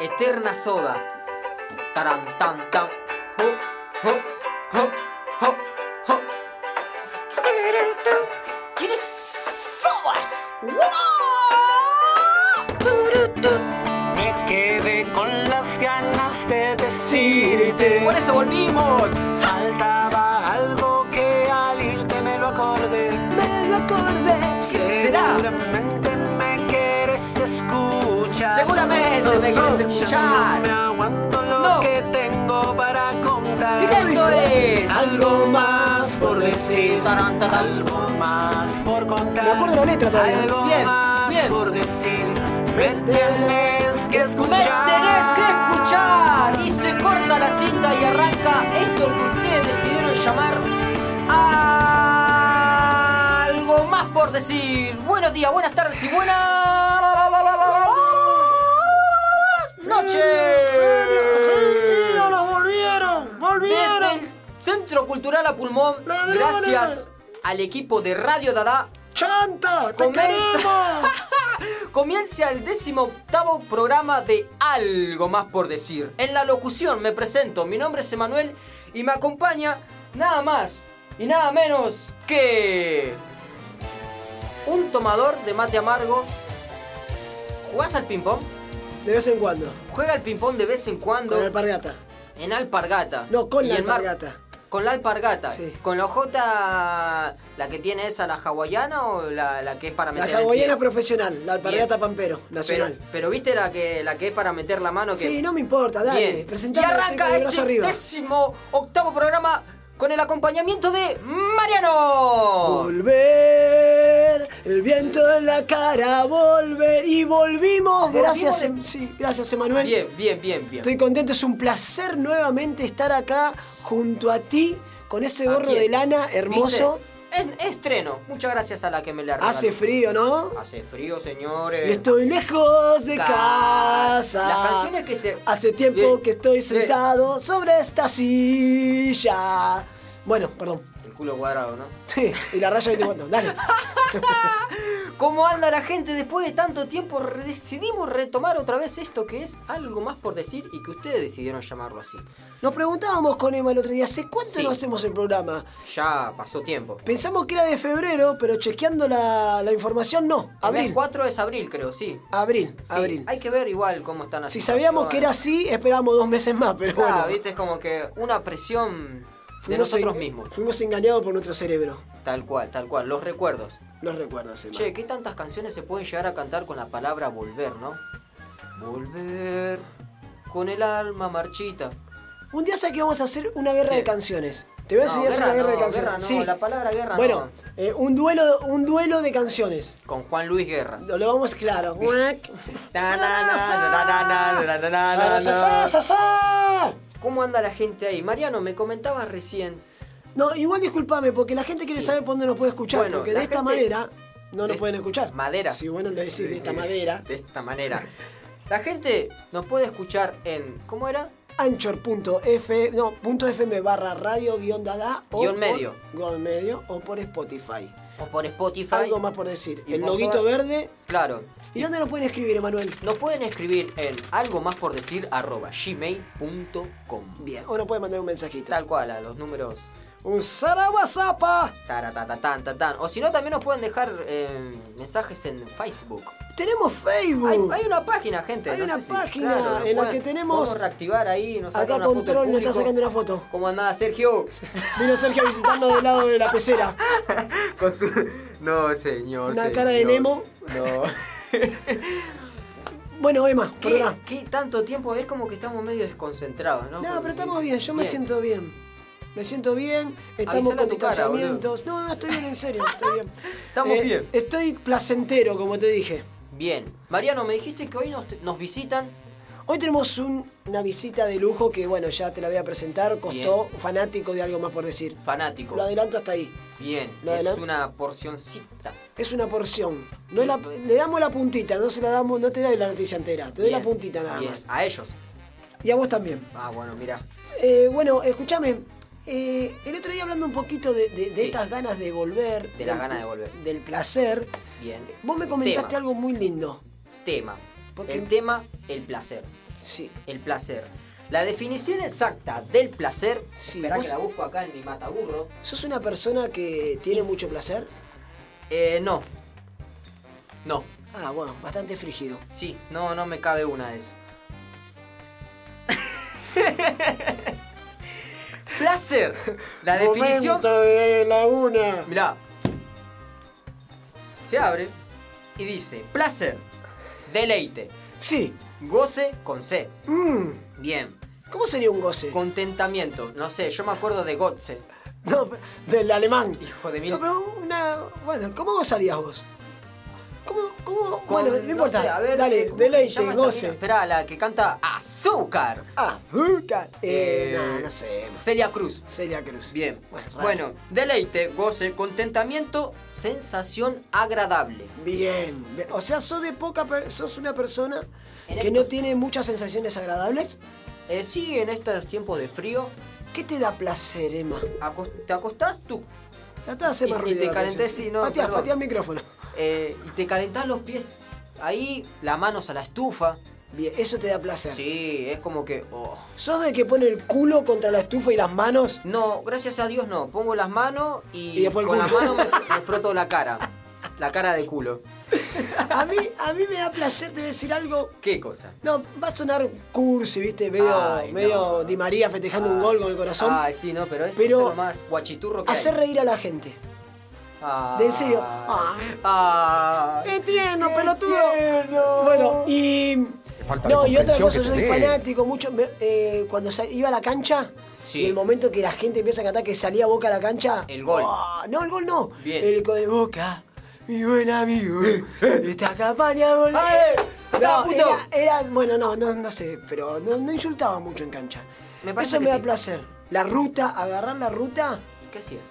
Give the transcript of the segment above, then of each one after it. eterna soda. Taran, tan, tan. Ho, ho, ho, ho, ho. ¿Quiénes somos? Me quedé con las ganas de decirte. Por eso volvimos. Faltaba algo que al irte me lo acordé. Me lo acordé. ¿Qué será? Seguramente me quieres escuchar. Seguramente me quieres Ya no me escuchar. aguanto lo No. que tengo para contar. Y esto es Algo más por decir. Tarán, tarán. Algo más por contar. Me acuerdo la letra todavía. Algo Bien, más bien. por decir. Me tienes que escuchar. Me tenés que escuchar. Y se corta la cinta y arranca esto que ustedes decidieron llamar algo más por decir. Buenos días, buenas tardes y buenas noches. volvieron! Desde el Centro Cultural A Pulmón, gracias al equipo de Radio Dada, ¡Chanta! comienza, comienza el décimo octavo programa de Algo Más por Decir. En la locución me presento, mi nombre es Emanuel y me acompaña nada más y nada menos que un tomador de mate amargo. ¿Jugás al ping-pong? De vez en cuando. Juega al ping-pong de vez en cuando. Con el pargata. En alpargata. No, con la en mar- alpargata. Con la alpargata. Sí. Con la ojota, la que tiene esa, la hawaiana o la, la que es para La meter el hawaiana pie? profesional, la alpargata pampero, nacional. Pero, pero viste la que, la que es para meter la mano que... Sí, no me importa, dale. Bien. Y Presentame, tengo arranca el brazo este arriba. décimo octavo programa con el acompañamiento de Mariano. Volver, el viento en la cara, volver y volvimos. Volvimos Gracias, de- em- sí, gracias Emanuel. Bien, bien, bien, bien. Estoy contento, es un placer nuevamente estar acá junto a ti con ese gorro Aquí. de lana hermoso. ¿Viste? Es, estreno. Muchas gracias a la que me la regaló. Hace frío, ¿no? Hace frío, señores. Y estoy lejos de Eh, Ca- casa. Las canciones que se- Hace tiempo Bien. que estoy Bien. sentado sobre esta silla. Bueno, perdón. El culo cuadrado, ¿no? y la raya 24. Dale. ¿Cómo anda la gente? Después de tanto tiempo re- decidimos retomar otra vez esto que es algo más por decir y que ustedes decidieron llamarlo así. Nos preguntábamos con Emma el otro día, ¿hace cuánto Sí. no hacemos el programa? Ya pasó tiempo. Pensamos que era de febrero, pero chequeando la, la información, no. El mes Abril. 4 es abril, creo, sí. Abril, Sí, abril. Hay que ver igual cómo están las Si sabíamos que era situaciones. así, esperábamos dos meses más, pero Ah, bueno. viste, es como que una presión de Fuimos nosotros en- mismos. Fuimos engañados por nuestro cerebro. Tal cual, tal cual, los recuerdos. Los recuerdos, Emma. Che, ¿qué tantas canciones se pueden llegar a cantar con la palabra volver, no? Volver con el alma marchita. Un día sé que vamos a hacer una guerra de Bien. canciones. Te voy a No, enseñar a hacer una guerra guerra de no, canciones. guerra no, Sí. la palabra guerra Bueno, no. eh, un, duelo, un duelo de canciones. Con Juan Luis Guerra. Lo, lo vamos claro. Na, na, na, na, na, na, na, na, na, na. Sa, sa, sa. ¿Cómo anda la gente ahí? Mariano, me comentabas recién. No, igual discúlpame, porque la gente quiere Sí. saber por dónde nos puede escuchar, Bueno, porque la de esta gente- manera no nos de- pueden escuchar. Madera. Si bueno le decís de esta madera, Eh, De esta manera. La gente nos puede escuchar en. ¿Cómo era? anchor.f, no, punto .fm barra radio guión dada o Guión por- medio. guión medio o por Spotify. O por Spotify. Algo más por decir. Y El por loguito todas- verde. Claro. ¿Y dónde nos pueden escribir, Emanuel? Nos pueden escribir en algo más por decir arroba gmail.com. Bien. O nos pueden mandar un mensajito. Tal cual, a los números. Un zaraguazapa. Taratatán, tatán. O si no, también nos pueden dejar eh, mensajes en Facebook. Tenemos Facebook. Hay, hay una página, gente. Uh. Hay no una sé si- página claro, en la pueden- que tenemos- podemos reactivar ahí, nos saca Acá una foto del Control nos está público. sacando una foto. ¿Cómo andaba Sergio? Vino Sergio visitando del lado de la pecera. Con su... No, señor. Una señor. cara de Nemo. No. Bueno, Emma, ¿Qué, perdona. qué tanto tiempo? Es como que estamos medio desconcentrados, ¿no? No, Como pero que- estamos bien, yo me siento bien. Me siento bien, estamos Avisale a con tu cara, boludo. distanciamientos. No, no, estoy bien, en serio, estoy bien. Eh, Estamos bien. Estoy placentero, como te dije. Bien. Mariano, me dijiste que hoy nos, nos visitan. Hoy tenemos un- una visita de lujo que, bueno, ya te la voy a presentar. Costó fanático de algo más por decir. Fanático. Lo adelanto hasta ahí. Bien. Lo es adelan- una porcioncita. Es una porción. No la- le damos la puntita, no se la damos, no te doy la noticia entera, te doy Bien. la puntita nada Bien. más. A ellos. Y a vos también. Ah, bueno, mira. Eh, bueno, escúchame. eh, el otro día hablando un poquito de, de- de Sí. estas ganas de volver. De las del- ganas de volver. Del placer. Bien. Vos me comentaste Tema. algo muy lindo. Tema. Porque- El tema, el placer. Sí. El placer. La definición exacta del placer. Sí, Esperá vos- que la busco acá en mi mataburro. ¿Sos una persona que tiene mucho placer? Eh, no. No. Ah, bueno, bastante frígido. Sí, no, no me cabe una de eso. placer. La definición. de la una. Mirá. Se abre y dice: placer, deleite, Sí. goce con C. Mm. Bien. ¿Cómo sería un goce? Contentamiento. No sé, yo me acuerdo de Gotze. No, del alemán. Hijo de mil. No, pero una. Bueno, ¿cómo gozarías vos? ¿Cómo? ¿Cómo? Con- bueno, no importa. sé, a ver, eh, Dale, ¿cómo se deleite, llama esta mina? goce. Esperá, la que canta Azúcar. Azúcar. Eh, Eh, no, no sé. Celia Cruz. Celia Cruz. Bien. Bueno, raro. Bueno, deleite, goce, contentamiento, sensación agradable. Bien. bien. O sea, sos de poca. per- sos una persona En que estos- no tiene muchas sensaciones agradables. Eh, sí, en estos tiempos de frío, ¿Qué te da placer, Emma? acos- te acostás tú Tratá de hacer Y- más y ruido. te la calenté, canción. sí, no, Pateá, perdón. pateá el micrófono. eh, y te calentás los pies ahí, las manos a la estufa. Bien, eso te da placer. Sí, es como que... oh. ¿Sos de que pone el culo contra la estufa y las manos? No, gracias a Dios no. Pongo las manos y, Y después el con las culo. manos me, me froto la cara. La cara de culo. A mí, a mí me da placer de decir algo ¿Qué cosa? No, va a sonar cursi, viste, medio, Ay, no. medio Di María festejando un Ay. gol con el corazón. Ah. Ay, sí, no, pero es, Pero- eso es lo más guachiturro que hacer hay. Ah. reír a la gente. Ay. de en serio. Ah. Ay. Ay. ¡Qué tierno, pelotudo! tierno. Bueno, y. falta de No, y otra comprensión cosa, que yo soy tenés. fanático mucho. me- eh, cuando sa- iba a la cancha, Sí. y el momento que la gente empieza a cantar que salía boca a la cancha. El gol. ¡ah! no, el gol no. Bien. El gol de boca. Mi buen amigo, esta campaña gol. ¡Ay! ¡Ah, puto! era, era- bueno, no, no, no sé, pero no, no insultaba mucho en cancha. Me parece Eso que me da sí. placer. La ruta, agarrar la ruta, ¿Y ¿Qué hacías?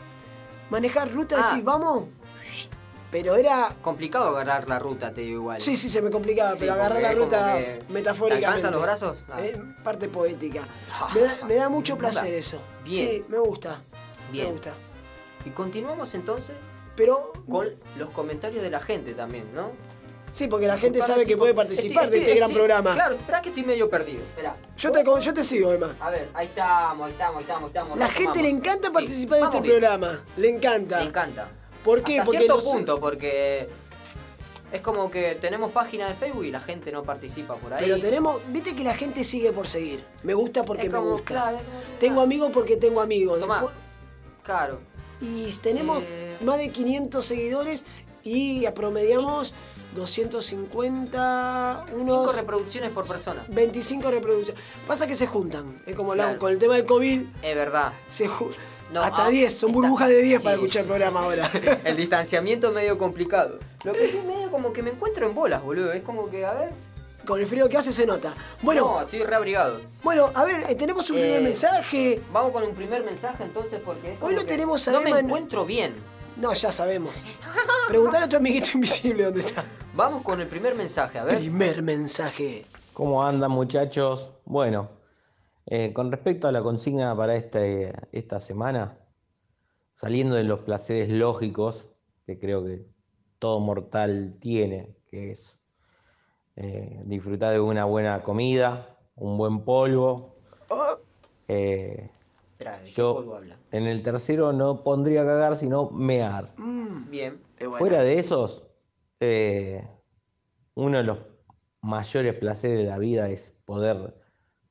manejar ruta, Ah. decir, vamos. Pero era Complicado agarrar la ruta, te digo igual. Sí, sí, se me complicaba, Sí, pero agarré porque la es como ruta que- metafórica. ¿Te alcanzan los brazos? Ah. parte poética. Me da, me da mucho placer Mira. eso. Bien. Sí, me gusta. Bien. Me gusta. Y continuamos entonces Pero, con los comentarios de la gente también, ¿no? sí, porque la gente Para sabe si que po- puede participar Estoy- de este estoy- gran sí, programa. Claro, espera que estoy medio perdido. Espera. Yo, te, con- yo te sigo, Emma. A ver, ahí estamos, ahí estamos, ahí estamos, ahí estamos. La gente le retomamos. encanta Sí, participar de vamos este bien. programa. Le encanta. Me encanta. ¿Por qué? Hasta Porque cierto nos- punto, porque es como que tenemos página de Facebook y la gente no participa por ahí. Pero tenemos, viste que la gente sigue por seguir. Me gusta porque Es como, me gusta. claro, es como- tengo amigos porque tengo amigos. Tomá. Después- Claro. Y tenemos Eh. más de 500 seguidores y promediamos 250, Cinco unos reproducciones por persona. 25 reproducciones. Pasa que se juntan, es como la- Claro. con el tema del COVID, Es verdad. se ju- No, hasta ah, 10, son está- burbujas de 10 para sí. escuchar el programa ahora. El distanciamiento es medio complicado. Lo que sí es medio como que me encuentro en bolas, boludo. Es como que, a ver. con el frío que hace se nota. Bueno, No, estoy reabrigado. bueno, a ver, eh, tenemos un primer Eh. mensaje. Vamos con un primer mensaje entonces porque. es como Hoy lo que tenemos a No me Emma en- encuentro bien. No, ya sabemos. Preguntar a tu amiguito invisible dónde está. Vamos con el primer mensaje, a ver. Primer mensaje. ¿Cómo andan muchachos? Bueno, eh, con respecto a la consigna para este- esta semana, saliendo de los placeres lógicos que creo que todo mortal tiene, que es eh, disfrutar de una buena comida, un buen polvo. Oh, eh, Espera, ¿de qué polvo yo habla? en el tercero no pondría cagar, sino mear. Bien. eh, bueno. Fuera de esos, eh, uno de los mayores placeres de la vida es poder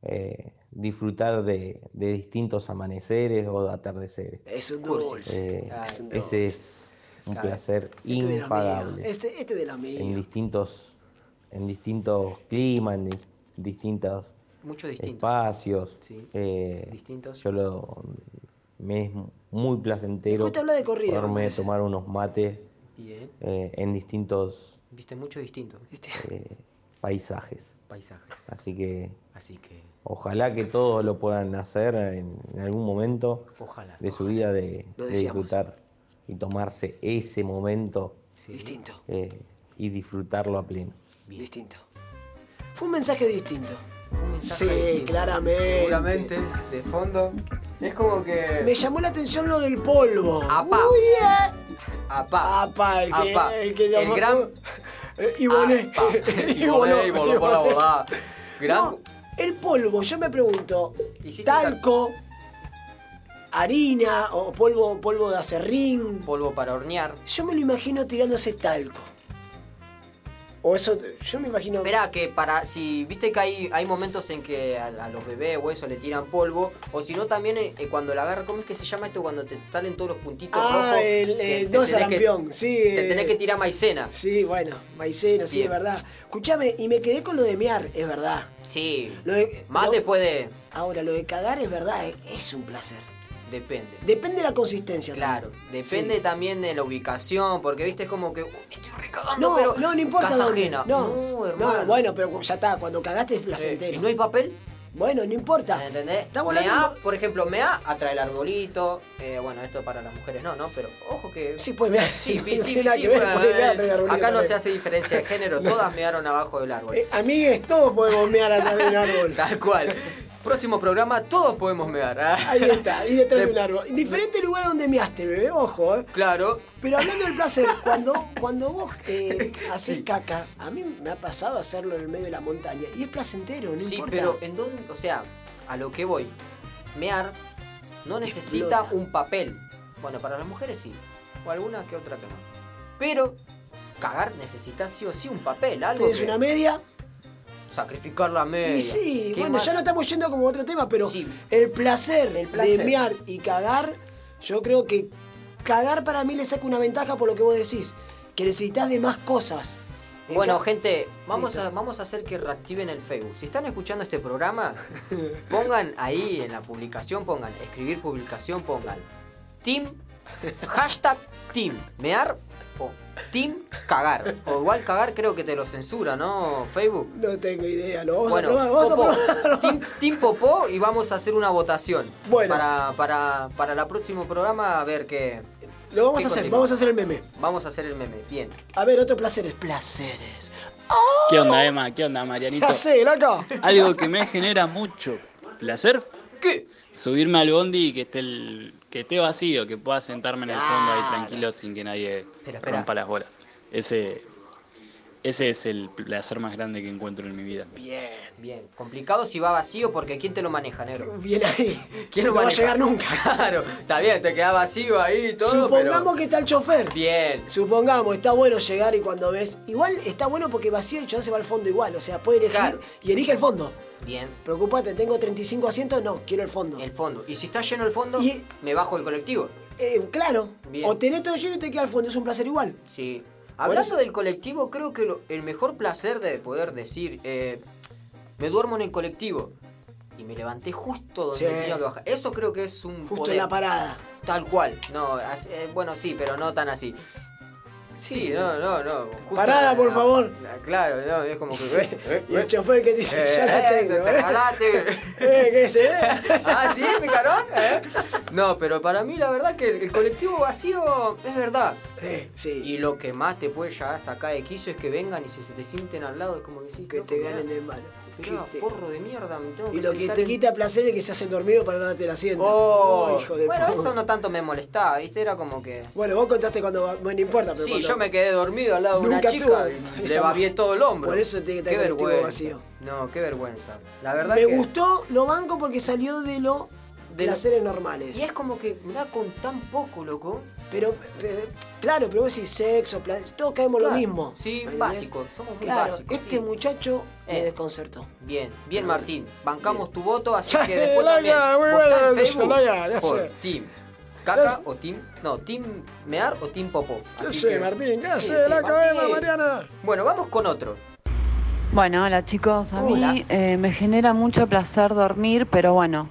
eh, disfrutar de, de distintos amaneceres o de atardeceres. Es un Cursi. dulce. Eh, Ah, es un ese es un Claro. placer Este de los míos. impagable. Este, este de los míos. En distintos, en distintos climas, en di- distintos Mucho distinto. espacios. Sí. Eh, Distintos. Yo lo me es muy placentero Después te habla de corrido, me poderme parece. tomar unos mates Bien. eh, en distintos Viste, mucho distinto. Este- eh, paisajes. Paisajes. Así que Así que, ojalá que todos lo puedan hacer en, en algún momento ojalá. de su vida de, Lo de decíamos. disfrutar y tomarse ese momento Sí. Distinto, eh, y disfrutarlo a pleno. Bien. distinto. Fue un mensaje distinto. Un mensaje Sí, distinto. claramente. Seguramente, de fondo. Es como que. Me llamó la atención lo del polvo. Apá. Uy, eh. Apá. Apa, el que, Apá. El, que El gran. Eh, Y volé. Apá. Y volé, y voló por la volada. Gran. No, El polvo, yo me pregunto, Hiciste talco, harina o polvo, polvo de acerrín. Polvo para hornear. Yo me lo imagino tirándose talco. O eso, yo me imagino... Esperá, que para. Si viste que hay, hay momentos en que a, a los bebés o eso le tiran polvo. O si no, también eh, cuando la agarra. ¿Cómo es que se llama esto? Cuando te salen todos los puntitos Ah, rojos. el, que el te no tenés que- sarampión, sí. Te eh, tenés que tirar maicena. Sí, bueno, maicena, sí, Bien. es verdad. Escuchame, y me quedé con lo de miar, es verdad. Sí. Lo de- Más lo- después de. Ahora, lo de cagar es verdad, eh, es un placer. Depende. Depende de la consistencia. Claro, también. depende Sí. también de la ubicación, porque viste es como que "Uh, me estoy recagando, No, pero no, no importa. casa dónde. ajena. No, hermano. no, bueno, pero ya está, cuando cagaste es placentero. Eh, ¿Y no hay papel? Bueno, no importa. ¿Entendés? Está volando. Meá, por ejemplo, mea atrae el arbolito. eh, bueno, esto para las mujeres no, ¿no? Pero ojo que. Sí, pues mea. Sí, No sí, sí, tiene nada sí, que ver, bueno, puede mear atrás del arbolito acá no también. se hace diferencia de género, todas mearon abajo del árbol. Eh, amigues, todos podemos mear atrás de un árbol. Tal cual. Próximo programa, todos podemos mear. ah. Ahí está, ahí detrás de De- un árbol. Diferente lugar donde measte, bebé, ojo, eh. Claro. Pero hablando del placer, cuando, cuando vos eh, haces Sí. caca, a mí me ha pasado hacerlo en el medio de la montaña y es placentero, no sí, importa. pero en dónde, o sea, a lo que voy, mear no necesita Explota. un papel. Bueno, para las mujeres sí, o alguna que otra que no. Pero cagar necesita sí o sí un papel, algo Tenés que una media sacrificar la media. y sí, Qué bueno, mal. ya no estamos yendo como a otro tema, pero Sí. el, placer El placer. de mear y cagar, yo creo que cagar para mí le saca una ventaja por lo que vos decís, que necesitas de más cosas. Bueno, Entonces- gente, vamos a, Listo. vamos a hacer que reactiven el Facebook. Si están escuchando este programa, pongan ahí en la publicación, pongan, escribir publicación, pongan Team, hashtag Team, mear o Team cagar. O igual cagar creo que te lo censura, ¿no? Facebook. No tengo idea, lo vamos bueno, a probar, vamos popó, a probar. team, team Popó y vamos a hacer una votación. Bueno. Para, para, para el próximo programa, a ver qué. Lo vamos ¿Qué a hacer, continúa? vamos a hacer el meme. Vamos a hacer el meme. Bien. A ver, otro placer es placeres. ¿Qué onda, Emma? ¿Qué onda, Marianito? Ya sé, loco. Algo que me genera mucho placer, ¿Qué? subirme al bondi y que esté, el, que esté vacío, que pueda sentarme en el fondo ahí Claro. tranquilo sin que nadie Pero, espera. rompa las bolas. Ese, ese es el placer más grande que encuentro en mi vida. Bien. Bien. Complicado si va vacío porque ¿quién te lo maneja, negro? Bien ahí. ¿Quién lo no va a maneja? llegar nunca. Claro, está bien, te queda vacío ahí y todo. Supongamos pero... que está el chofer. Bien. Supongamos, está bueno llegar y cuando ves. Igual está bueno porque vacío y yo se va al fondo igual. O sea, puede elegir Claro. y elige el fondo. Bien. Preocupate, tengo 35 asientos, no, quiero el fondo. El fondo. Y si está lleno el fondo, Y- me bajo el colectivo. Eh, claro. Bien. O tenés todo lleno y te queda al fondo, es un placer igual. Sí. Por Hablando eso- del colectivo, creo que lo- el mejor placer de poder decir, eh, me duermo en el colectivo y me levanté justo donde Sí. tenía que bajar. Eso creo que es un Justo poder. en la parada. Tal cual. No, as- eh, bueno, sí, pero no tan así. Sí, Sí. no, no, no. justo- Parada, por ah, favor. ah, Claro, no, es como que. eh, eh, Y el eh. chofer que te dice, Eh, ya la eh, tengo. te eh". regalaste. Eh, ¿qué es, eh? ¿Ah, sí, picarón? ¿Eh? No, pero para mí la verdad que el colectivo vacío es verdad. Eh, sí. Y lo que más te puede llegar a sacar de quiso es que vengan y si se te sienten al lado es como que sí, Que te ganen de... de mano. Mirá, Que te- porro de mierda, me tengo Y que lo que sentar te en- quita placer es que se hace el dormido para no darte el asiento. Oh, Oh, hijo de bueno, puta. eso no tanto me molestaba, ¿viste? Era como que... Bueno, vos contaste cuando. va- Bueno, no importa, pero. Sí, cuando- yo me quedé dormido al lado de una Nunca chica, tuve y le esa- babié todo el hombro. Por eso tiene que Qué estar el colectivo vergüenza. vacío. No, qué vergüenza. La verdad Me que... gustó, lo banco porque salió de lo. De De lo- placeres normales. Y es como que, mirá, con tan poco, loco. Pero, eh, claro, pero vos decís sexo, placer, todos caemos Claro, lo mismo. sí, ¿entendés? básico, somos muy Claro, básicos, Este sí. muchacho me Eh. desconcertó. Bien, bien Martín, bancamos tu voto, así Ya, que después la también ya, muy votá bueno, en Facebook ya, ya, ya por sé. Team Caca o Team, no, Team Mear o Team Popó. Así que- Sí, sí, Martín. Bueno, vamos con otro. Bueno, hola chicos, a Hola. mí eh, me genera mucho placer dormir, pero bueno,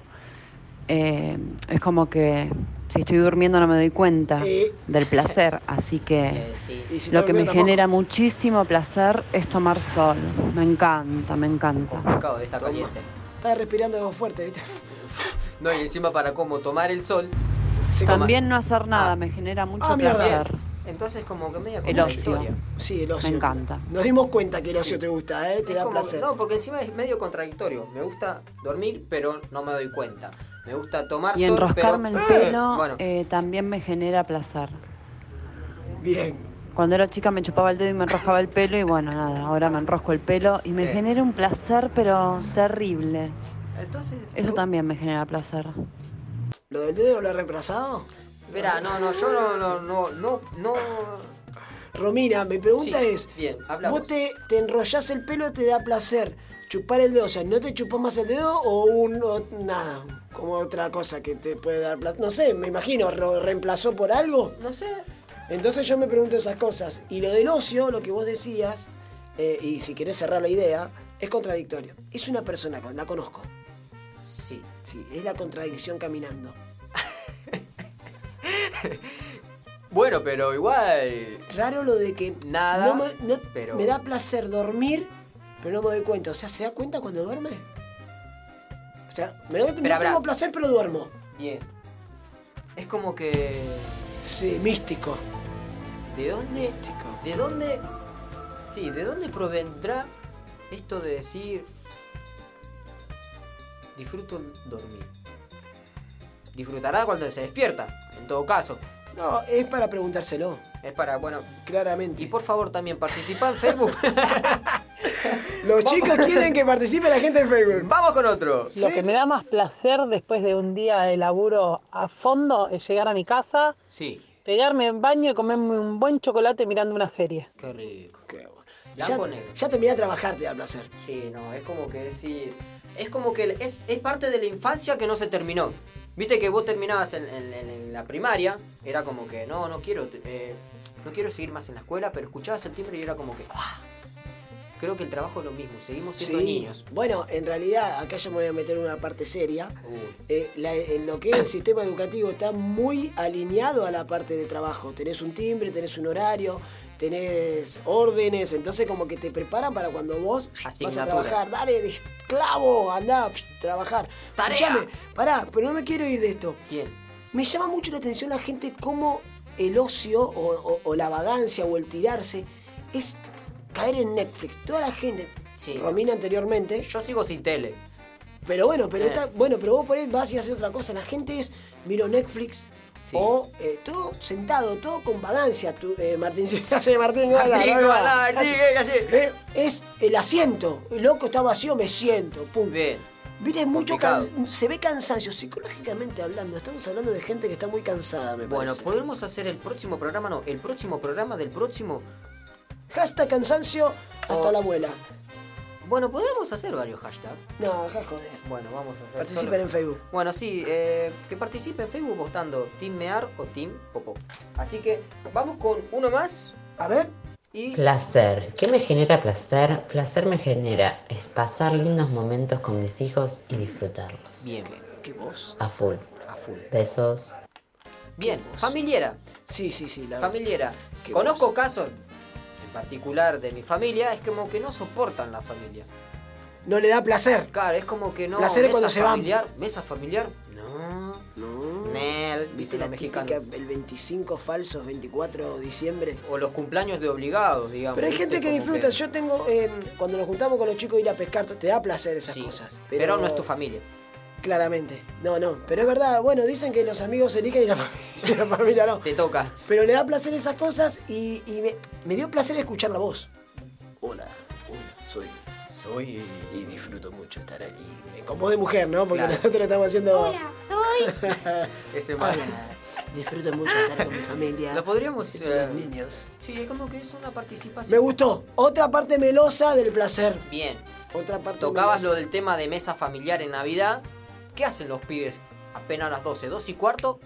eh, es como que si estoy durmiendo no me doy cuenta Eh. del placer, así que Eh, sí. Y si lo que dormido me tampoco. genera muchísimo placer es tomar sol, me encanta, me encanta. Complicado, está caliente. Estaba respirando fuerte, ¿viste? No, y encima para cómo tomar el sol. Se Toma. También no hacer nada Ah. me genera mucho Ah, mierda. Bien. placer, Entonces como que media El ocio. contradictoria. Sí, el ocio. Me encanta. Nos dimos cuenta que el ocio Sí. te gusta, ¿eh? Te Es da como- placer. No, porque encima es medio contradictorio. Me gusta dormir, pero no me doy cuenta. Me gusta tomar y sol, eh, enroscarme pero... el Eh, pelo bueno, eh, también me genera placer. Bien. Cuando era chica me chupaba el dedo y me enroscaba el pelo y bueno, nada, ahora me enrosco el pelo y me Eh. genera un placer pero terrible. Entonces. Eso también me genera placer. ¿Lo del dedo lo ha reemplazado? Verá, no, no, yo no, no, no, no, no. Romina, mi pregunta Sí, es, bien, hablamos. ¿vos te, te enrollás el pelo te da placer chupar el dedo? O sea, ¿no te chupas más el dedo o un... o- nada, como otra cosa que te puede dar placer? No sé, me imagino, ¿lo reemplazó por algo? No sé. Entonces yo me pregunto esas cosas. Y lo del ocio, lo que vos decías, eh, y si querés cerrar la idea, es contradictorio. Es una persona, con- la conozco. Sí. Sí, es la contradicción caminando. Bueno, pero igual. Raro lo de que Nada, no me, no- pero- me da placer dormir, pero no me doy cuenta. O sea, ¿se da cuenta cuando duerme? O sea, me doy, Pero no habrá- tengo placer, pero duermo. Bien. Es como que. Sí, místico. ¿De dónde? ¿De dónde? Sí, ¿de dónde provendrá esto de decir disfruto el dormir? Disfrutará cuando se despierta, en todo caso. No, es para preguntárselo, Es para, bueno, claramente. y por favor también participa en Facebook. Los chicos quieren que participe la gente en Facebook. Vamos con otro. Lo que me da más placer después de un día de laburo a fondo es llegar a mi casa, Sí, pegarme en baño y comerme un buen chocolate mirando una serie. qué rico. Qué bueno. Ya, Blanco o negro. ya terminé de trabajar, te da placer. Sí, no, es como que decir. Es como que es, es parte de la infancia que no se terminó. Viste que vos terminabas en, en- en- en la primaria, era como que no, no quiero, eh, no quiero seguir más en la escuela, pero escuchabas el timbre y era como que. "Ah". Creo que el trabajo es lo mismo, seguimos siendo niños. Bueno, en realidad, acá ya me voy a meter una parte seria. Uh, Eh, la- en lo que es el sistema educativo está muy alineado a la parte de trabajo. Tenés un timbre, tenés un horario, tenés órdenes, entonces como que te preparan para cuando vos vas a Asignaturas. trabajar. Dale, de esclavo, andá, trabajar. Tarea. Escuchame, pará, pero no me quiero ir de esto. ¿Quién? Me llama mucho la atención la gente cómo el ocio o, o- o la vagancia o el tirarse es caer en Netflix. Toda la gente, Sí. Romina anteriormente, Yo sigo sin tele. pero bueno, pero Eh. está- bueno, pero vos por ahí vas y haces otra cosa. La gente es miro Netflix Sí. o eh, todo sentado, todo con vagancia. Tú, eh, Martín, hace Martín Gala, Martín ¿no? Gala, Martín, Hace- ¿qué haces? Eh, es el asiento. El loco está vacío, me siento. Pum. Bien. Viste, es mucho Complicado. can- se ve cansancio psicológicamente hablando. Estamos hablando de gente que está muy cansada, me Bueno, parece. podemos hacer el próximo programa, no, el próximo programa del próximo. Hashtag cansancio hasta Oh. la abuela. Bueno, podremos hacer varios hashtags. No, ja, joder. Bueno, vamos a hacer. Participen solo- en Facebook. Bueno, sí, eh, que participe en Facebook votando Team Mear o Team Popó. Así que vamos con uno más A ver. y. Placer. ¿Qué me genera placer? Placer me genera es pasar lindos momentos con mis hijos y disfrutarlos. Bien, ¿Qué voz? A full. a full. Besos. Bien, familiera, Sí, sí, sí. La... familiera. Qué Conozco casos en particular de mi familia, es como que no soportan la familia. No le da placer. Claro, es como que no. Placer es cuando se van. familiar, Mesa familiar, no. No. Nel, ¿Viste dicen los la típica, mexicanos. el 25 falsos, 24 de diciembre? O los cumpleaños de obligados, digamos. Pero hay ¿viste? gente que Como disfruta. Yo tengo, eh, cuando nos juntamos con los chicos ir a pescar, te da placer esas Sí, cosas. Pero... no es tu familia. Claramente. No, no. Pero es verdad. Bueno, dicen que los amigos eligen y la familia, la familia no. Te toca. Pero le da placer esas cosas y, y me, me dio placer escuchar la voz. Hola, hola, soy. Soy y disfruto mucho estar aquí. Con voz de mujer, ¿no? Porque Claro. nosotros lo estamos haciendo. Ese más. Hola. Disfruto mucho estar con mi familia. Lo podríamos, Es eh, unos niños. Sí, es como que es una participación. Me gustó. Otra parte melosa del placer. Bien. Otra parte Tocabas lo melosa. del tema de mesa familiar en Navidad. ¿Qué hacen los pibes apenas a las 12? ¿2 y cuarto?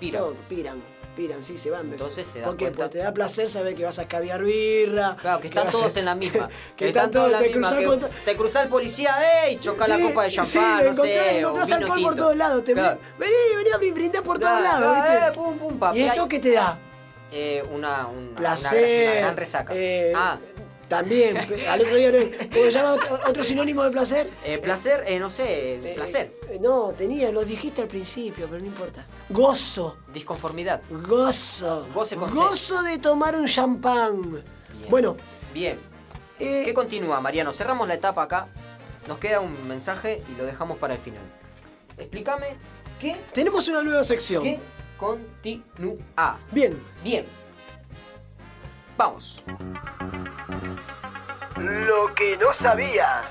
Pira. No, piran. Piran, sí, se van. Entonces te das ¿Por qué? cuenta- Porque te da placer saber que vas a escabiar birra. Claro, que están vas a- todos en la misma. que, están todos, en la te misma. cruzás que con- Te cruza el policía, ¡ey! Choca la Sí, copa de sí, champán, no encontrás- sé. o encontrás vino alcohol por tinto. todos lados. Te Claro. Vení, vení a brindar por Claro, todos lados, claro, ¿viste? eh, pum, pum, papi, ¿Y eso ahí. qué te da? Eh, una, una- una, Placer. gran, una gran resaca. eh, ah, También, pe- al otro día, no- ¿cómo se llama otro, otro sinónimo de placer? eh, placer, eh, no sé, eh, placer. Eh, no, tenía, lo dijiste al principio, pero no importa. Gozo. Disconformidad. Gozo. Goce con Gozo de tomar un champán. Bien. Bueno, Bien. eh, ¿Qué continúa, Mariano? Cerramos la etapa acá. Nos queda un mensaje y lo dejamos para el final. Explícame qué, tenemos una nueva sección. qué continúa. Bien, Bien. Vamos. Lo que no sabías,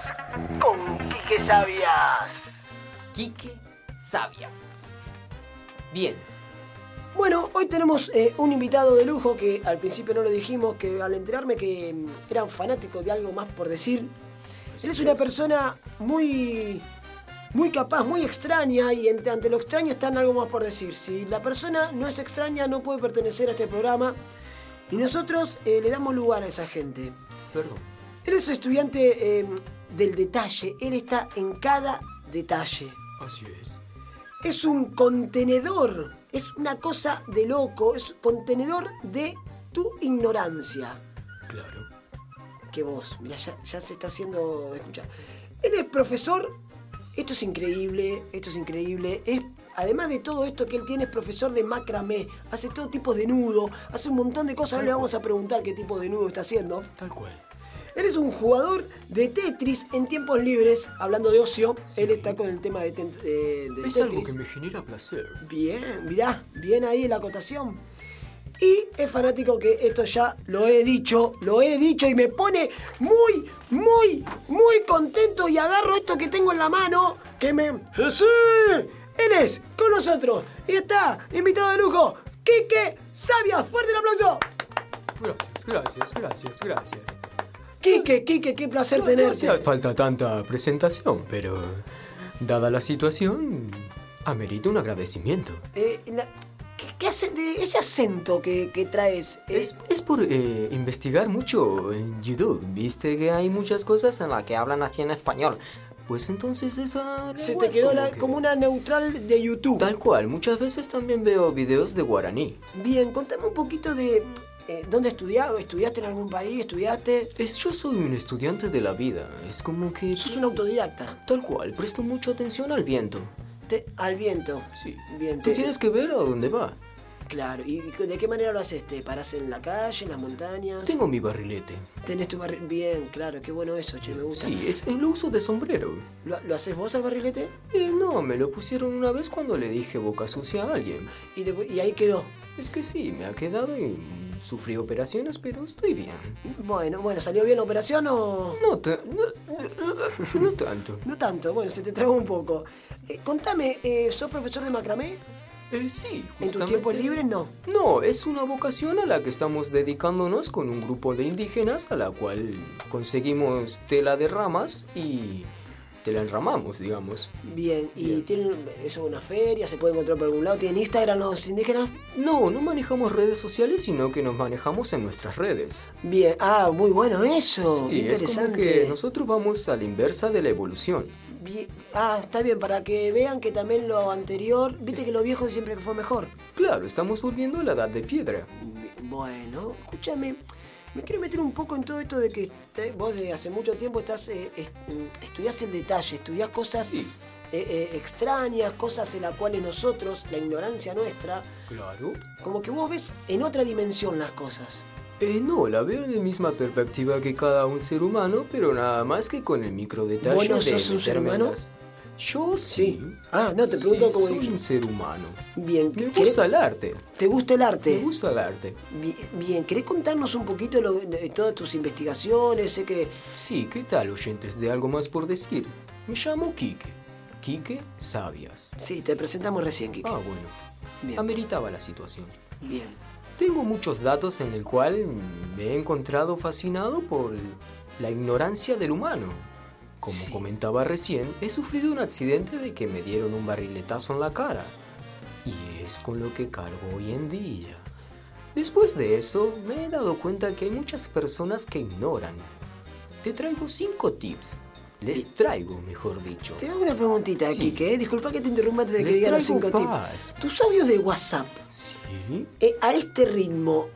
con Quique Sabías. Quique Sabias. Bien. Bueno, hoy tenemos eh, un invitado de lujo que al principio no lo dijimos, que al enterarme que mm, eran fanáticos de algo más por decir, él es una persona muy, muy capaz, muy extraña y ante, ante lo extraño está en algo más por decir. Si la persona no es extraña no puede pertenecer a este programa y nosotros eh, le damos lugar a esa gente. Perdón. Él es estudiante eh, del detalle, él está en cada detalle. Así es. Es un contenedor, es una cosa de loco, es contenedor de tu ignorancia. Claro. que vos. Mirá, ya, ya se está haciendo escuchar. Él es profesor. Esto es increíble, esto es increíble. Es, además de todo esto que él tiene, es profesor de macramé. Hace todo tipo de nudo, hace un montón de cosas. Ahora le vamos a preguntar qué tipo de nudo está haciendo. Tal cual. Él es un jugador de Tetris en tiempos libres. Hablando de ocio, Sí. él está con el tema de, ten- de- de Tetris. Es algo que me genera placer. Bien, mirá, bien ahí la acotación. Y es fanático que esto ya lo he dicho, lo he dicho y me pone muy, muy, muy contento y agarro esto que tengo en la mano que me... ¡Sí! Él es con nosotros y está invitado de lujo, Quique Sabia. Fuerte el aplauso. Gracias, gracias, gracias, gracias. Quique, Quique, qué placer No, no tenerte. hacía falta tanta presentación, pero dada la situación, amerita un agradecimiento. Eh, la- ¿qué, qué hace de ese acento que, que traes? eh, Es, es por eh, investigar mucho en YouTube. Viste que hay muchas cosas en las que hablan así en español. Pues entonces esa... se lengua te es quedó como la- que- como una neutral de YouTube. Tal cual, muchas veces también veo videos de guaraní. Bien, contame un poquito de eh, dónde estudiabas, estudiaste en algún país, estudiaste. Es, yo soy un estudiante de la vida. Es como que... Sos un autodidacta, Tal cual, presto mucha atención al viento. te- al viento. Sí. Bien, Tú te- tienes que ver a dónde va. Claro, ¿y y de qué manera lo haces? ¿Te parás en la calle, en las montañas? Tengo mi barrilete. ¿Tenés tu barrilete? Bien, claro, qué bueno eso, che, me gusta. Sí, es el uso de sombrero. ¿Lo, lo haces vos al barrilete? Eh, no, me lo pusieron una vez cuando le dije boca sucia a alguien. Y, después- y ahí quedó. Es que sí, me ha quedado y mm, sufrí operaciones, pero estoy bien. Bueno, bueno, ¿salió bien la operación o...? No, ta- no, no tanto. No tanto, bueno, se te trabó un poco. Eh, contame, eh, ¿sos profesor de macramé? Eh, sí, ¿En tus tiempos justamente- libres no? No, es una vocación a la que estamos dedicándonos con un grupo de indígenas a la cual conseguimos tela de ramas y te la enramamos, digamos. Bien, ¿y Bien. tienen eh, eso una feria? ¿Se puede encontrar por algún lado? ¿Tienen Instagram los indígenas? No, no manejamos redes sociales, sino que nos manejamos en nuestras redes. Bien, ah, muy bueno sí, eso. es como Oh, interesante. que nosotros vamos a la inversa de la evolución. Bien, Ah, está bien, para que vean que también lo anterior, viste que lo viejo siempre fue mejor. Claro, estamos volviendo a la edad de piedra. Bien, Bueno, escúchame, me quiero meter un poco en todo esto de que te- vos de hace mucho tiempo estás eh, est- estudiás el detalle, estudiás cosas Sí. eh, eh, extrañas, cosas en las cuales nosotros, la ignorancia nuestra, Claro. como que vos ves en otra dimensión las cosas. Eh, no, la veo de misma perspectiva que cada un ser humano, pero nada más que con el micro detalle ¿Vos no de sos un ser meterme en humano? las- Yo sí. Ah, no, te pregunto Sí, como soy dije. un ser humano. Bien, Me ¿querés- gusta el arte. ¿te gusta el arte? Me gusta el arte. Bien, bien, ¿querés contarnos un poquito lo- de todas tus investigaciones? Sé que Sí, ¿qué tal, oyentes de algo más por decir? Me llamo Quique. Quique Sabias. sí, te presentamos recién, Kike. Ah, bueno. Bien. Ameritaba la situación. Bien. Tengo muchos datos en el cual me he encontrado fascinado por la ignorancia del humano. Como Sí. comentaba recién, he sufrido un accidente de que me dieron un barriletazo en la cara. Y es con lo que cargo hoy en día. Después de eso, me he dado cuenta que hay muchas personas que ignoran. Te traigo 5 tips. Les traigo, mejor dicho. Te hago una preguntita, Sí. Kike. eh. Disculpa que te interrumpa antes de que Les diga los traigo cinco paz. tips. Tus audios de WhatsApp, ¿Sí? eh, a este ritmo,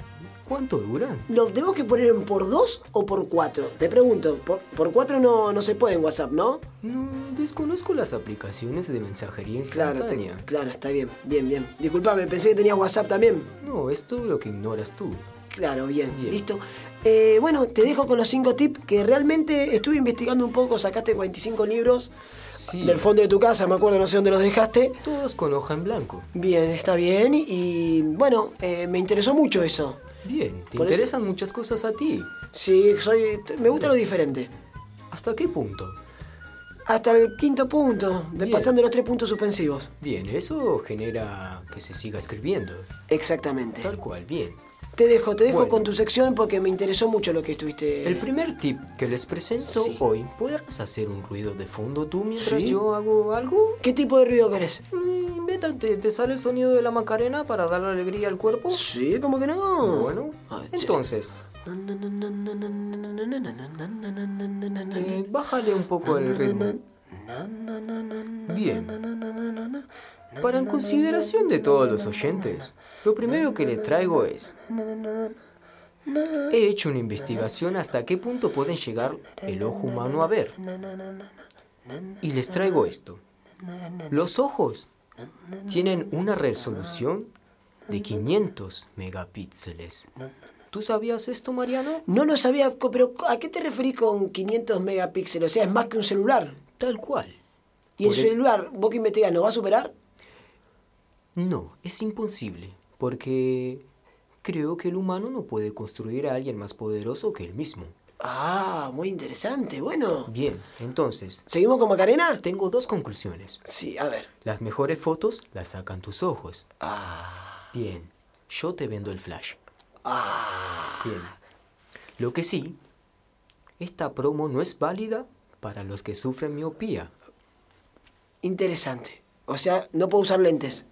¿Cuánto duran? ¿los tenemos que poner en por dos o por cuatro? Te pregunto, por, por cuatro no, no se puede en WhatsApp, ¿no? No, desconozco las aplicaciones de mensajería Claro, te- instantánea. claro, está bien, bien, bien. Disculpame, pensé que tenías WhatsApp también. No, es todo lo que ignoras tú. Claro, bien, Bien. listo. Eh, bueno, te dejo con los cinco tips que realmente estuve investigando un poco, sacaste 45 libros Sí. del fondo de tu casa, me acuerdo, no sé dónde los dejaste. Todos con hoja en blanco. Bien, está bien. Y bueno, eh, me interesó mucho eso. Bien, te Por eso- interesan muchas cosas a ti. Sí, soy, me gusta lo diferente. ¿Hasta qué punto? Hasta el quinto punto, de- Bien. pasando los tres puntos suspensivos. Bien, eso genera que se siga escribiendo. Exactamente. Tal cual, bien. Te dejo, te dejo Bueno. con tu sección porque me interesó mucho lo que estuviste. El primer tip que les presento Sí. hoy, ¿podrás hacer un ruido de fondo tú mientras Sí. yo hago algo? ¿Qué tipo de ruido querés? Mm, Invéntate, ¿te sale el sonido de la macarena para dar alegría al cuerpo? Sí, como que no. Bueno, A ver, sí. entonces, eh, bájale un poco el ritmo. Bien. Para en consideración de todos los oyentes, lo primero que les traigo es... He hecho una investigación hasta qué punto pueden llegar el ojo humano a ver. Y les traigo esto. Los ojos tienen una resolución de 500 megapíxeles. ¿Tú sabías esto, Mariano? No lo sabía, co- pero ¿a qué te referís con 500 megapíxeles? O sea, es más que un celular. Tal cual. Y el Por eso- celular, vos que investigás, ¿lo va a superar? No, es imposible, porque creo que el humano no puede construir a alguien más poderoso que él mismo. Ah, muy interesante. Bueno, Bien, entonces, ¿seguimos con Macarena? tengo dos conclusiones. Sí, a ver. Las mejores fotos las sacan tus ojos. Ah, Bien, yo te vendo el flash. ah. Bien. Lo que sí, esta promo no es válida para los que sufren miopía. Interesante. O sea, no puedo usar lentes.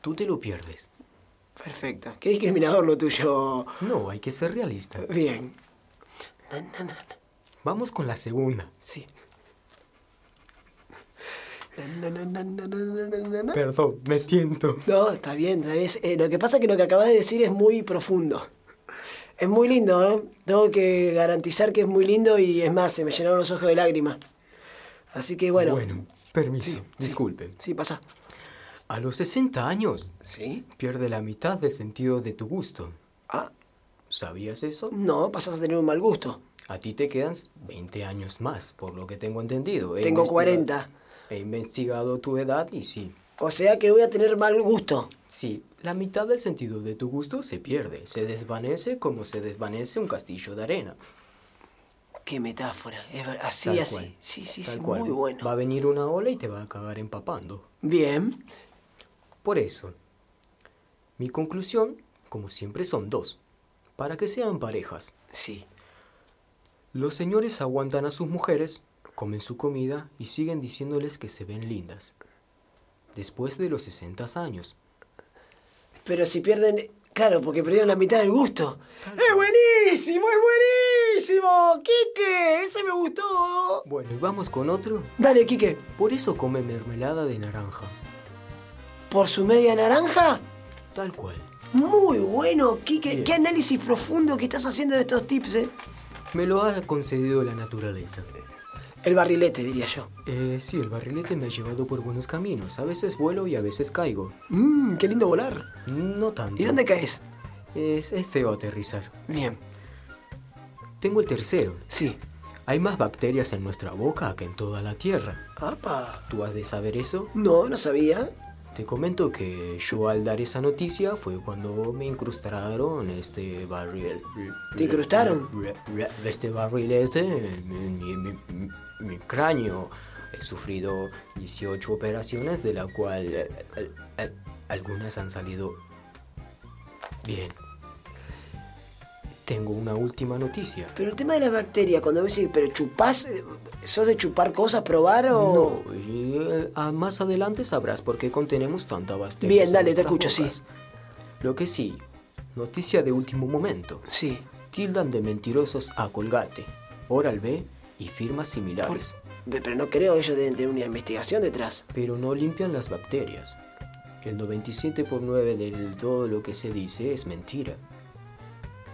Tú te lo pierdes. Perfecto. Qué discriminador lo tuyo. No, hay que ser realista. Bien. Na, na, na, na. Vamos con la segunda. Sí. Na, na, na, na, na, na, na, na, na. Perdón, me siento. No, está bien. está bien. Es- eh, lo que pasa es que lo que acabas de decir es muy profundo. Es muy lindo, ¿eh? Tengo que garantizar que es muy lindo y es más, se me llenaron los ojos de lágrimas. Así que bueno. permiso. Disculpen. Sí, pasa. A los 60 años, ¿Sí? pierde la mitad del sentido de tu gusto. Ah, ¿Sabías eso? no, pasas a tener un mal gusto. A ti te quedan 20 años más, por lo que tengo entendido. He Tengo investigado- 40. He investigado tu edad y sí. O sea que voy a tener mal gusto. Sí, la mitad del sentido de tu gusto se pierde, se desvanece como se desvanece un castillo de arena. Qué metáfora. Es ver- así, Tal así. cual. Sí, sí, Tal sí. cual. Muy Va a bueno. venir una ola y te va a acabar empapando. Bien. Por eso, mi conclusión, como siempre, son dos. Para que sean parejas. Sí. Los señores aguantan a sus mujeres, comen su comida y siguen diciéndoles que se ven lindas. Después de los 60 años. Pero si pierden. Claro, porque perdieron la mitad del gusto. ¡Es buenísimo! ¡Es buenísimo! ¡Quique! ¡Ese me gustó! Bueno, y vamos con otro. Dale, Quique. Por eso come mermelada de naranja. ¿Por su media naranja? Tal cual. Muy bueno, Quique. Bien. Qué análisis profundo que estás haciendo de estos tips, eh. Me lo ha concedido la naturaleza. El barrilete, diría yo. Eh, sí, el barrilete me ha llevado por buenos caminos. A veces vuelo y a veces caigo. Mmm, qué lindo volar. No tanto. ¿Y dónde caes? Es, es feo aterrizar. Bien. Tengo el tercero. Sí. Hay más bacterias en nuestra boca que en toda la Tierra. ¡Apa! ¿Tú has de saber eso? No, no sabía. Te comento que yo al dar esa noticia fue cuando me incrustaron este barril. ¿Te incrustaron? Este barril este en en mi, mi- mi- mi cráneo. He sufrido 18 operaciones de la cual eh, eh, eh, algunas han salido bien. Tengo una última noticia. Pero el tema de las bacterias, cuando me decís, pero chupás, eh, ¿sos de chupar cosas, probar o.? No, y, eh, ah, más adelante sabrás por qué contenemos tanta bacteria. Bien, en dale, te nuestras escucho, sí. bocas. Lo que sí, noticia de último momento. Sí. Tildan de mentirosos a Colgate, Oral B y firmas similares, Ve, Pero no creo, ellos deben tener una investigación detrás. pero no limpian las bacterias. El 97 por 9 de todo lo que se dice es mentira,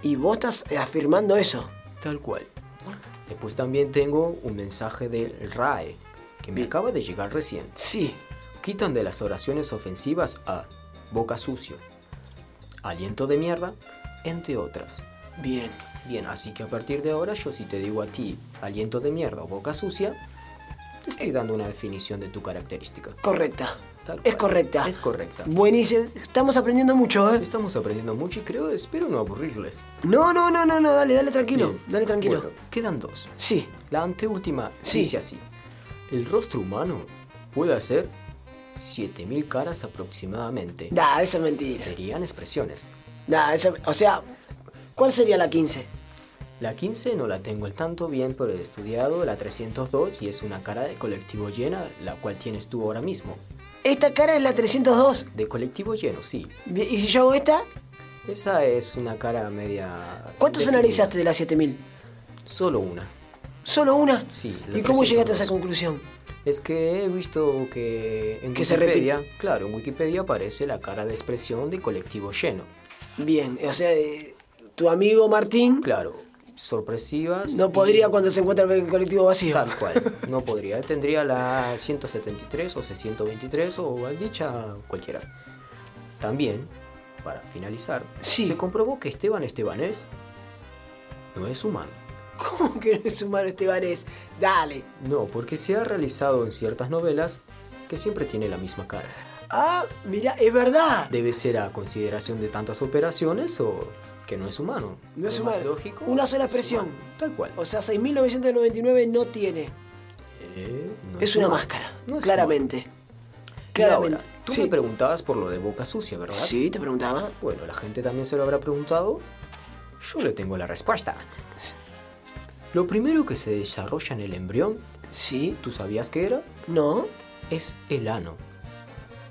Y vos estás afirmando eso. tal cual. Ah. Después también tengo un mensaje del RAE, que me acaba de llegar recién. Sí. Quitan de las oraciones ofensivas a boca sucio, aliento de mierda, entre otras. Bien. Bien, así que a partir de ahora yo si te digo a ti aliento de mierda o boca sucia, te estoy dando una definición de tu característica. Correcta. Tal Es cual. correcta. Es correcta. Buenísimo. Estamos aprendiendo mucho, ¿eh? Estamos aprendiendo mucho y creo, espero no aburrirles. No, no, no, no, no. Dale, dale tranquilo. Bien. Dale tranquilo. Bueno, quedan dos. Sí. La anteúltima Sí. dice así. El rostro humano puede hacer 7000 caras aproximadamente. Nah, esa es mentira. Serían expresiones. Nah, esa- o sea, ¿cuál sería la 15? La 15 no la tengo el tanto bien, pero he estudiado la 302 y es una cara de colectivo llena, la cual tienes tú ahora mismo. Esta cara es la 302. De colectivo lleno, sí. Bien, ¿Y si yo hago esta? Esa es una cara media... ¿Cuántos definida. analizaste de las 7000? Solo una. ¿Solo una? Sí, la ¿Y cómo llegaste a 302. esa conclusión? Es que he visto que en Que se Wikipedia, claro, en Wikipedia aparece la cara de expresión de colectivo lleno. Bien, o sea, eh, tu amigo Martín Claro, sorpresivas. no y- podría cuando se encuentra el colectivo vacío. Tal cual, no podría. Él Tendría la 173 o 623 o dicha cualquiera. También, para finalizar, Sí. se comprobó que Esteban Estebanés no es humano. ¿Cómo que no es humano Estebanés? este Dale. No, porque se ha realizado en ciertas novelas que siempre tiene la misma cara. Ah, mira, es verdad. Debe ser a consideración de tantas operaciones o que no es humano. No es Lo más humano. lógico. Una sola es expresión. humano. Tal cual. O sea, 6.999 no tiene. Eh, no es una humano. máscara, No es claramente. humano. Y Claramente. ahora, tú sí. me preguntabas por lo de boca sucia, ¿verdad? sí, te preguntaba. Bueno, la gente también se lo habrá preguntado. Yo le tengo la respuesta. Lo primero que se desarrolla en el embrión, Sí, ¿tú sabías que era? no. Es el ano.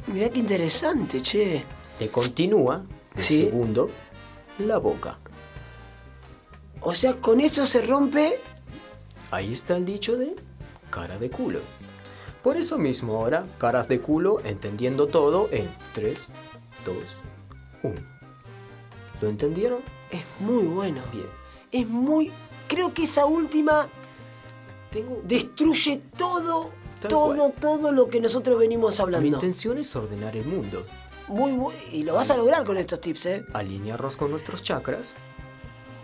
Mirá qué interesante, che. Te continúa, el Sí. segundo, la boca. O sea, con eso se rompe. Ahí está el dicho de cara de culo. Por eso mismo ahora, caras de culo, entendiendo todo en 3, 2, 1. ¿Lo entendieron? Es muy bueno. Bien. Es muy. Creo que esa última Tengo... destruye todo, Tal todo, cual. todo lo que nosotros venimos Mi hablando. intención es ordenar el mundo, Muy, muy, y lo vas a lograr con estos tips, ¿eh? alinearnos con nuestros chakras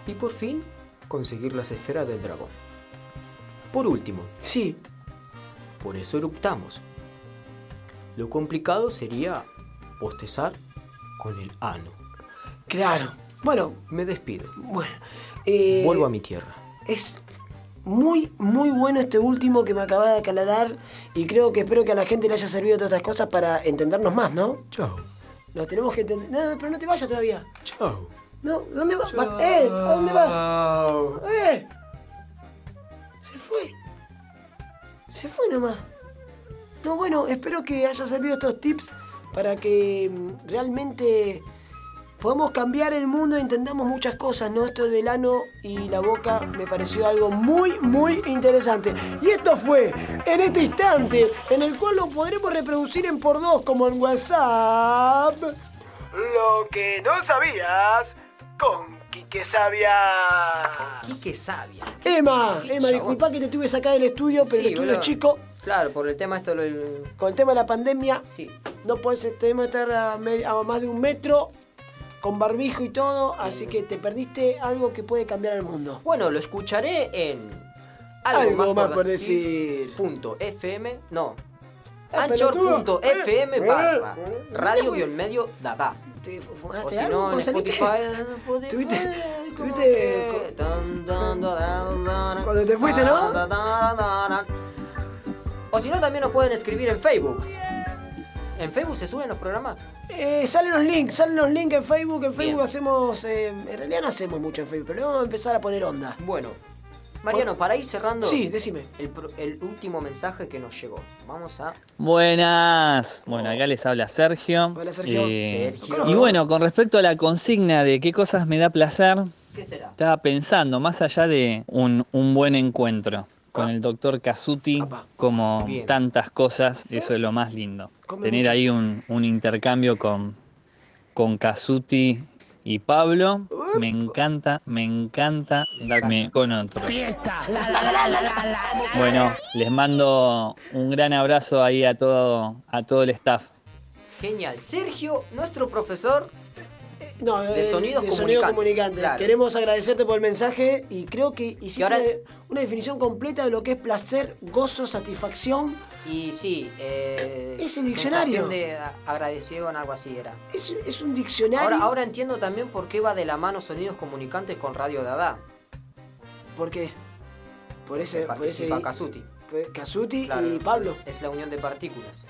y por fin conseguir las esferas del dragón. Por último, Sí, por eso eruptamos. Lo complicado sería bostezar con el ano. claro. Bueno, Me despido. bueno. eh, Vuelvo a mi tierra. Es muy, muy bueno este último que me acaba de aclarar y creo que espero que a la gente le haya servido todas estas cosas para entendernos más, ¿no? Chao. Nos tenemos que entender. No, pero no te vayas todavía. Chao. No, ¿dónde vas? Va- ¡Eh! ¿A dónde vas? Chao. ¡Eh! Se fue. Se fue nomás. No, bueno, espero que haya servido estos tips para que mm, realmente podamos cambiar el mundo e entendamos muchas cosas, ¿no? Esto del ano y la boca me pareció algo muy, muy interesante. Y esto fue en este instante, en el cual lo podremos reproducir en por dos, como en WhatsApp. Lo que no sabías con Quique Sabia. Quique sabias. Emma, Qué Emma, chabón. disculpa que te tuve que sacar del estudio, pero el estudio es chico. Claro, por el tema esto lo... Con el tema de la pandemia, Sí. no puedes este, estar a, me- a más de un metro, con barbijo y todo, así que te perdiste algo que puede cambiar el mundo. Bueno, lo escucharé en Algo más por decir. punto FM, no. Ah, pelotudo. eh, Anchor.fm barra radio guión medio dada. ¿Te fumaste O si algo? no, en ¿Vos saliste? Spotify. en Spotify, Tuviste- como tuviste que- co- tan, tan, tan, tan, Cuando te fuiste, ¿no? tan, tan, tan, tan. O si no, también nos pueden escribir en Facebook. En Facebook se suben los programas. Eh, salen los links, salen los links en Facebook. En Facebook Bien. hacemos. eh, en realidad no hacemos mucho en Facebook, pero vamos a empezar a poner onda. Bueno, Mariano, para ir cerrando. Sí, decime. El, pro- el último mensaje que nos llegó. Vamos a. Buenas. Bueno, acá les habla Sergio. Hola, Sergio. Eh, Sergio. Y bueno, con respecto a la consigna de qué cosas me da placer, ¿Qué será? estaba pensando, más allá de un, un buen encuentro con Ah. el doctor Casuti, Apa. como Bien. tantas cosas, eso es lo más lindo. Come Tener mucho. ahí un, un intercambio con, con Casuti y Pablo, me encanta, me encanta darme con otro. Bueno, les mando un gran abrazo ahí a todo, a todo el staff. Genial. Sergio, nuestro profesor. No, De eh, sonidos de comunicantes. sonido comunicante. Claro. Queremos agradecerte por el mensaje y creo que hiciste ahora- una, una definición completa de lo que es placer, gozo, satisfacción Y sí, eh, Es el diccionario. sensación de a- agradecido en algo así era. Es, es un diccionario. Ahora, ahora entiendo también por qué va de la mano sonidos comunicantes con Radio Dada. ¿Por qué? Por ese. Por ese Participa Casuti. fue Casuti Claro. y pues, eh, Pablo. Es la unión de partículas.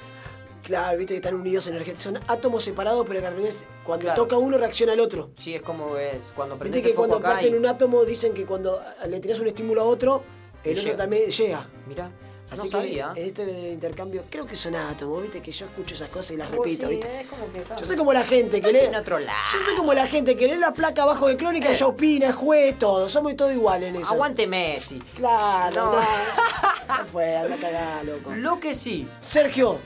Claro, viste que están unidos energéticamente. Son átomos separados, pero que al revés, cuando Claro. toca uno reacciona el otro. Sí, es como es cuando Viste prendes que el foco cuando acá parten y... un átomo dicen que cuando le tiras un estímulo a otro, Y el otro llega. también llega. Mirá, Así no que sabía. esto del intercambio, creo que son átomos, viste que yo escucho esas cosas y las Oh, repito, sí, viste. es como que- Yo soy como la gente que Es lee. en otro lado. Yo soy como la gente que lee la placa abajo de crónica, ya opina, juez, todo. Somos todos iguales en eso. Aguante Messi. Claro, No. no. No fue, anda a cagar, loco. Lo que sí, Sergio.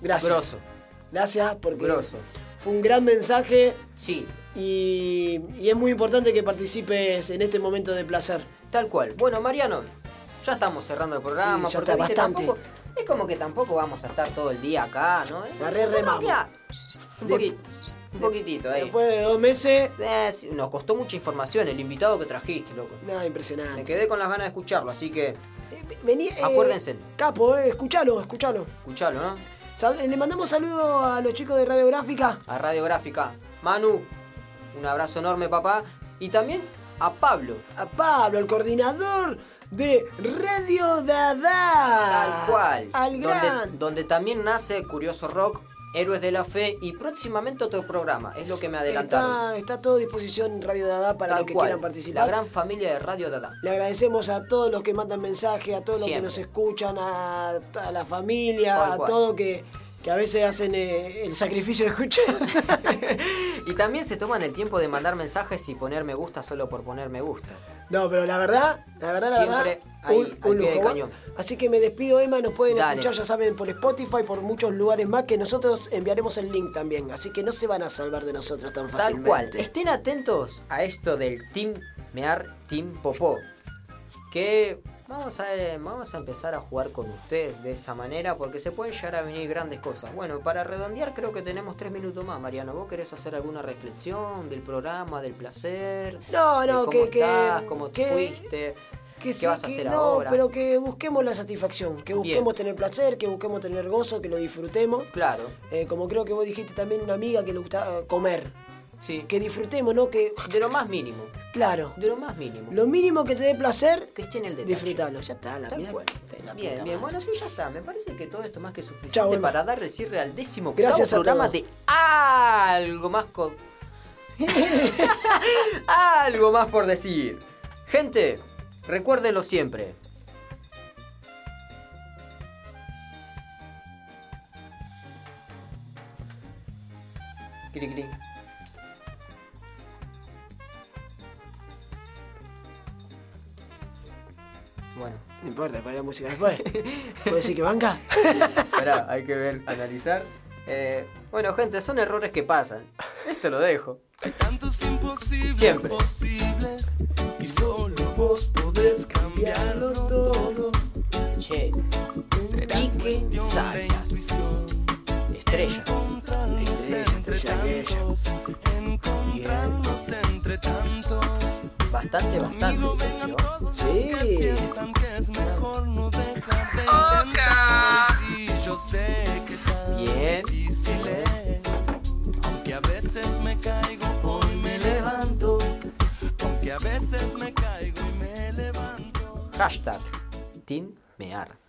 Gracias. grosso. Gracias porque Grosso. fue un gran mensaje Sí, y, y es muy importante que participes en este momento de placer. Tal cual. Bueno, Mariano, ya estamos cerrando el programa. Sí, ya porque, está viste, bastante. tampoco- es como que tampoco vamos a estar todo el día acá, ¿no? La re remamos. Mira, Un, De- poqui- un poquitito ahí. Después de dos meses, Eh, sí, nos costó mucha información el invitado que trajiste, loco. nada, Me impresionante. quedé con las ganas de escucharlo, así que Eh, vení, eh, Acuérdense. Capo, eh, escuchalo, escuchalo. escuchalo, ¿no? Sal- eh, le mandamos saludos a los chicos de Radiográfica. A Radiográfica. Manu, un abrazo enorme, papá. Y también a Pablo. A Pablo, el coordinador de Radio Dada. Tal cual. Ah, Al donde, gran. donde también nace Curioso Rock, Héroes de la Fe y próximamente otro programa. Es lo que me adelantaron. Está, está a todo disposición Radio Dada para Tal los que cual, quieran La participar. gran familia de Radio Dada. Le agradecemos a todos los que mandan mensajes, a todos los que Siempre. nos escuchan, a, a la familia, Tal a cual. todos que, que a veces hacen eh, el sacrificio de escuchar. y también se toman el tiempo de mandar mensajes y poner me gusta solo por poner me gusta. no, pero la verdad, la verdad, la Siempre verdad. ahí, al pie del lujo. ¿eh? cañón. Así que me despido, Emma. Nos pueden Dale. escuchar, ya saben, por Spotify, por muchos lugares más, que nosotros enviaremos el link también. Así que no se van a salvar de nosotros tan Tal fácilmente. cual. Estén atentos a esto del Team Mear Team Popó. Que vamos a, eh, vamos a empezar a jugar con ustedes de esa manera porque se pueden llegar a venir grandes cosas. Bueno, para redondear creo que tenemos tres minutos más, Mariano. ¿Vos querés hacer alguna reflexión del programa, del placer? No, de no, cómo que- que- estás, cómo te que- fuiste. Que ¿Qué sí, vas a que hacer no, ahora? pero que busquemos la satisfacción, que busquemos tener placer, que busquemos tener gozo, que lo disfrutemos. Claro, Eh, como creo que vos dijiste también una amiga que le gusta eh, comer. sí. Que disfrutemos, ¿no? Que, De lo más mínimo. claro, De lo más mínimo. lo mínimo que te dé placer, que esté en el detalle. disfrutarlo. Ya está, la Tal mira, cual. la puta Bien, bien. madre. Bueno, sí, ya está. Me parece que todo esto más que suficiente Chao, Emma. para darle cierre al décimo Gracias a programa todos. de algo más co- algo más por decir. Gente, recuérdenlo siempre. Cri, cri. Bueno. No importa, para la música después. ¿Puedo decir que banca? Pará, hay que ver, analizar. Eh, bueno, gente, son errores que pasan. Esto lo dejo. Hay tantos imposibles Siempre. posibles y solo vos podés cambiarlo todo. Che, Será Quique cuestión de Salas, intuición. estrella. Encontrarnos entre estrella aquella. tantos, encontrarnos entre tantos. Bastante, bastante, Conmigo vengan Sergio. todos los que Sí. piensan que es mejor no dejar de intentar. Y yo sé que tan Bien. difícil es, aunque a veces me caigo, hoy me levanto. Aunque a veces me caigo y me levanto. Hashtag Team Mear.